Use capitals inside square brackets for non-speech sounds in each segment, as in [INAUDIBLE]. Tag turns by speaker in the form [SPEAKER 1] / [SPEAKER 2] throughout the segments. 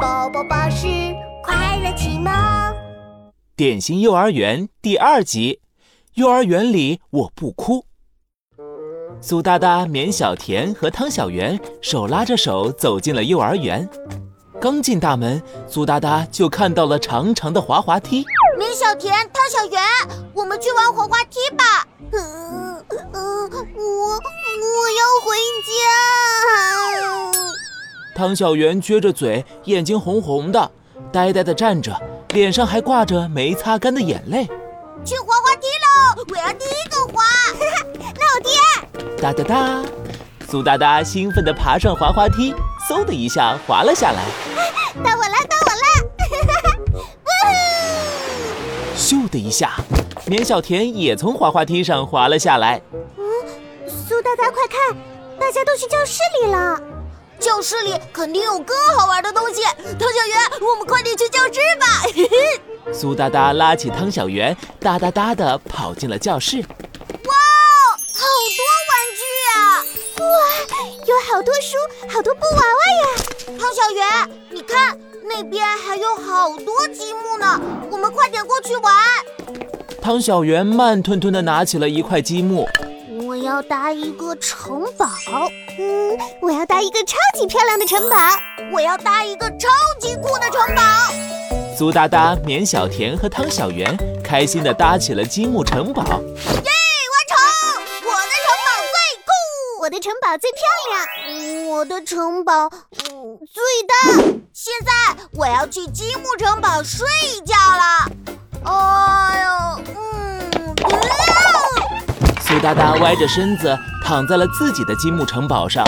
[SPEAKER 1] 宝宝巴士快乐启蒙。
[SPEAKER 2] 典型幼儿园第二集，幼儿园里我不哭。苏哒哒、绵小田和汤小圆手拉着手走进了幼儿园。刚进大门，苏哒哒就看到了长长的滑滑梯。
[SPEAKER 1] 明小田、汤小圆，我们去玩滑滑梯吧。 [LAUGHS] 嗯嗯，我我要回家。
[SPEAKER 2] 汤小圆撅着嘴，眼睛红红的，呆呆的站着，脸上还挂着没擦干的眼泪。
[SPEAKER 1] 去滑滑梯喽！我要第一个滑。 [LAUGHS] 老爹，
[SPEAKER 2] 哒哒哒，苏哒哒兴奋地爬上滑滑梯，嗖的一下滑了下来。
[SPEAKER 1] 到我了，到我了！ [LAUGHS]
[SPEAKER 2] 咻的一下，绵小田也从滑滑梯上滑了下来。
[SPEAKER 1] 苏大大，快看，大家都去教室里了。教室里肯定有更好玩的东西。汤小圆，我们快点去教室吧。 [LAUGHS]
[SPEAKER 2] 苏哒哒拉起汤小圆，哒哒哒地跑进了教室。
[SPEAKER 1] 好多玩具啊！哇，有好多书，好多布娃娃呀！汤小圆，你看那边还有好多积木呢，我们快点过去玩。
[SPEAKER 2] 汤小圆慢吞吞地拿起了一块积木，
[SPEAKER 1] 我要搭一个城堡。嗯，我要搭一个超级漂亮的城堡。我要搭一个超级酷的城堡。
[SPEAKER 2] 苏哒哒、绵小田和汤小圆开心地搭起了积木城堡。
[SPEAKER 1] 城，我的城堡最酷，我的城堡最漂亮，我的城堡、嗯、最大。现在我要去积木城堡睡一觉了。哎呦，嗯，嗯
[SPEAKER 2] 苏哒哒歪着身子躺在了自己的积木城堡上，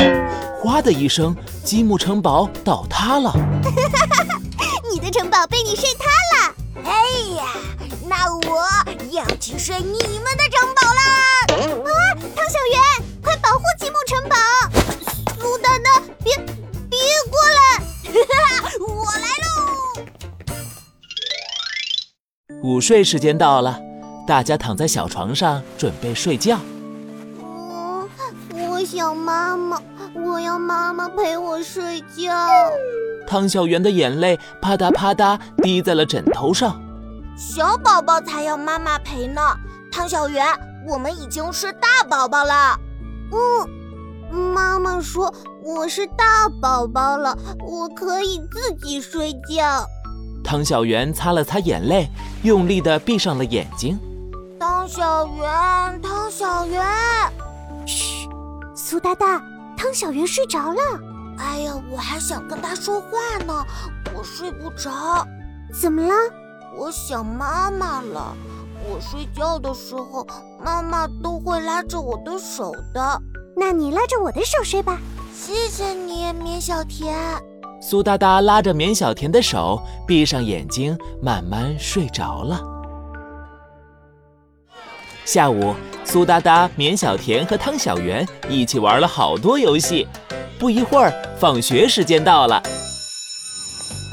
[SPEAKER 2] 哗的一声，积木城堡倒塌了。
[SPEAKER 1] 你的城堡被你睡塌了。哎呀，那我要去睡你们的城堡啦！啊，汤小圆，快保护积木城堡！苏大大，别别过来！ [LAUGHS] 哈哈，我来喽！
[SPEAKER 2] 午睡时间到了，大家躺在小床上准备睡觉。
[SPEAKER 1] 我我想妈妈，我要妈妈陪我睡觉。
[SPEAKER 2] 汤小圆的眼泪啪嗒啪嗒滴在了枕头上。
[SPEAKER 1] 小宝宝才要妈妈陪呢。汤小圆，我们已经是大宝宝了。嗯，妈妈说我是大宝宝了，我可以自己睡觉。
[SPEAKER 2] 汤小圆擦了擦眼泪，用力地闭上了眼睛。
[SPEAKER 1] 汤小圆，汤小圆，
[SPEAKER 3] 苏大大，汤小圆睡着了，
[SPEAKER 1] 哎呀，我还想跟他说话呢，我睡不着，
[SPEAKER 3] 怎么了？
[SPEAKER 1] 我想妈妈了。我睡觉的时候，妈妈都会拉着我的手的。
[SPEAKER 3] 那你拉着我的手睡吧。
[SPEAKER 1] 谢谢你，绵小田。
[SPEAKER 2] 苏哒哒拉着绵小田的手，闭上眼睛，慢慢睡着了。下午，苏哒哒、绵小田和汤小圆一起玩了好多游戏。不一会儿，放学时间到了，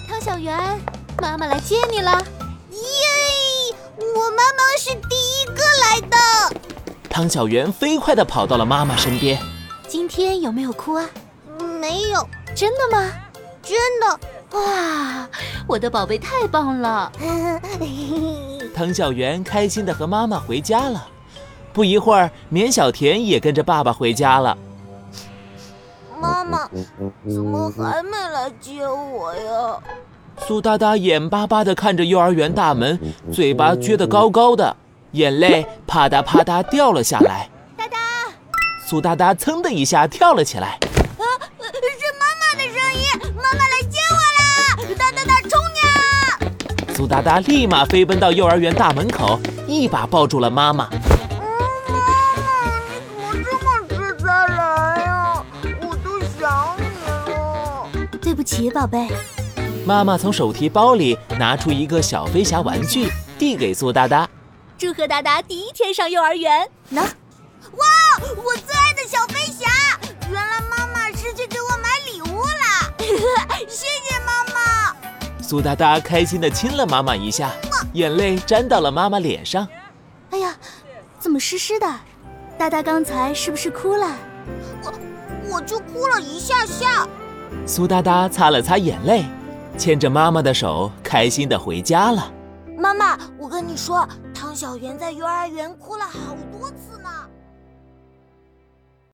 [SPEAKER 3] 汤小圆，妈妈来接你了。
[SPEAKER 1] 耶！我妈妈是第一个来的。
[SPEAKER 2] 汤小圆飞快地跑到了妈妈身边。
[SPEAKER 3] 今天有没有哭啊？
[SPEAKER 1] 嗯没有，
[SPEAKER 3] 真的吗？
[SPEAKER 1] 真的。
[SPEAKER 3] 哇，我的宝贝太棒了！
[SPEAKER 2] 汤小圆开心地和妈妈回家了。不一会儿，绵小田也跟着爸爸回家了。
[SPEAKER 1] [LAUGHS] 妈妈，怎么还没来接我呀？
[SPEAKER 2] 苏哒哒眼巴巴地看着幼儿园大门，嘴巴撅得高高的，眼泪啪嗒啪嗒掉了下来。
[SPEAKER 1] 哒哒，
[SPEAKER 2] 苏哒哒噌的一下跳了起来。
[SPEAKER 1] 呃是妈妈的声音，妈妈来接我啦！哒哒哒，冲呀！
[SPEAKER 2] 苏哒哒立马飞奔到幼儿园大门口，一把抱住了妈妈。
[SPEAKER 1] 妈妈，你怎么这么迟才来呀？我都想你了。
[SPEAKER 3] 对不起，宝贝。
[SPEAKER 2] 妈妈从手提包里拿出一个小飞侠玩具，递给苏哒哒。
[SPEAKER 3] 祝贺达达第一天上幼儿园。喏，
[SPEAKER 1] 哇，我最爱的小飞侠！原来妈妈是去给我买礼物啦，
[SPEAKER 3] [LAUGHS]
[SPEAKER 1] 谢谢妈妈。
[SPEAKER 2] 苏哒哒开心地亲了妈妈一下，眼泪沾到了妈妈脸上。
[SPEAKER 3] 哎呀，怎么湿湿的？大大刚才是不是哭了？
[SPEAKER 1] 我我就哭了一下下。
[SPEAKER 2] 苏哒哒擦了擦眼泪，牵着妈妈的手，开心的回家了。
[SPEAKER 1] 妈妈，我跟你说，汤小圆在幼儿园哭了好多次呢。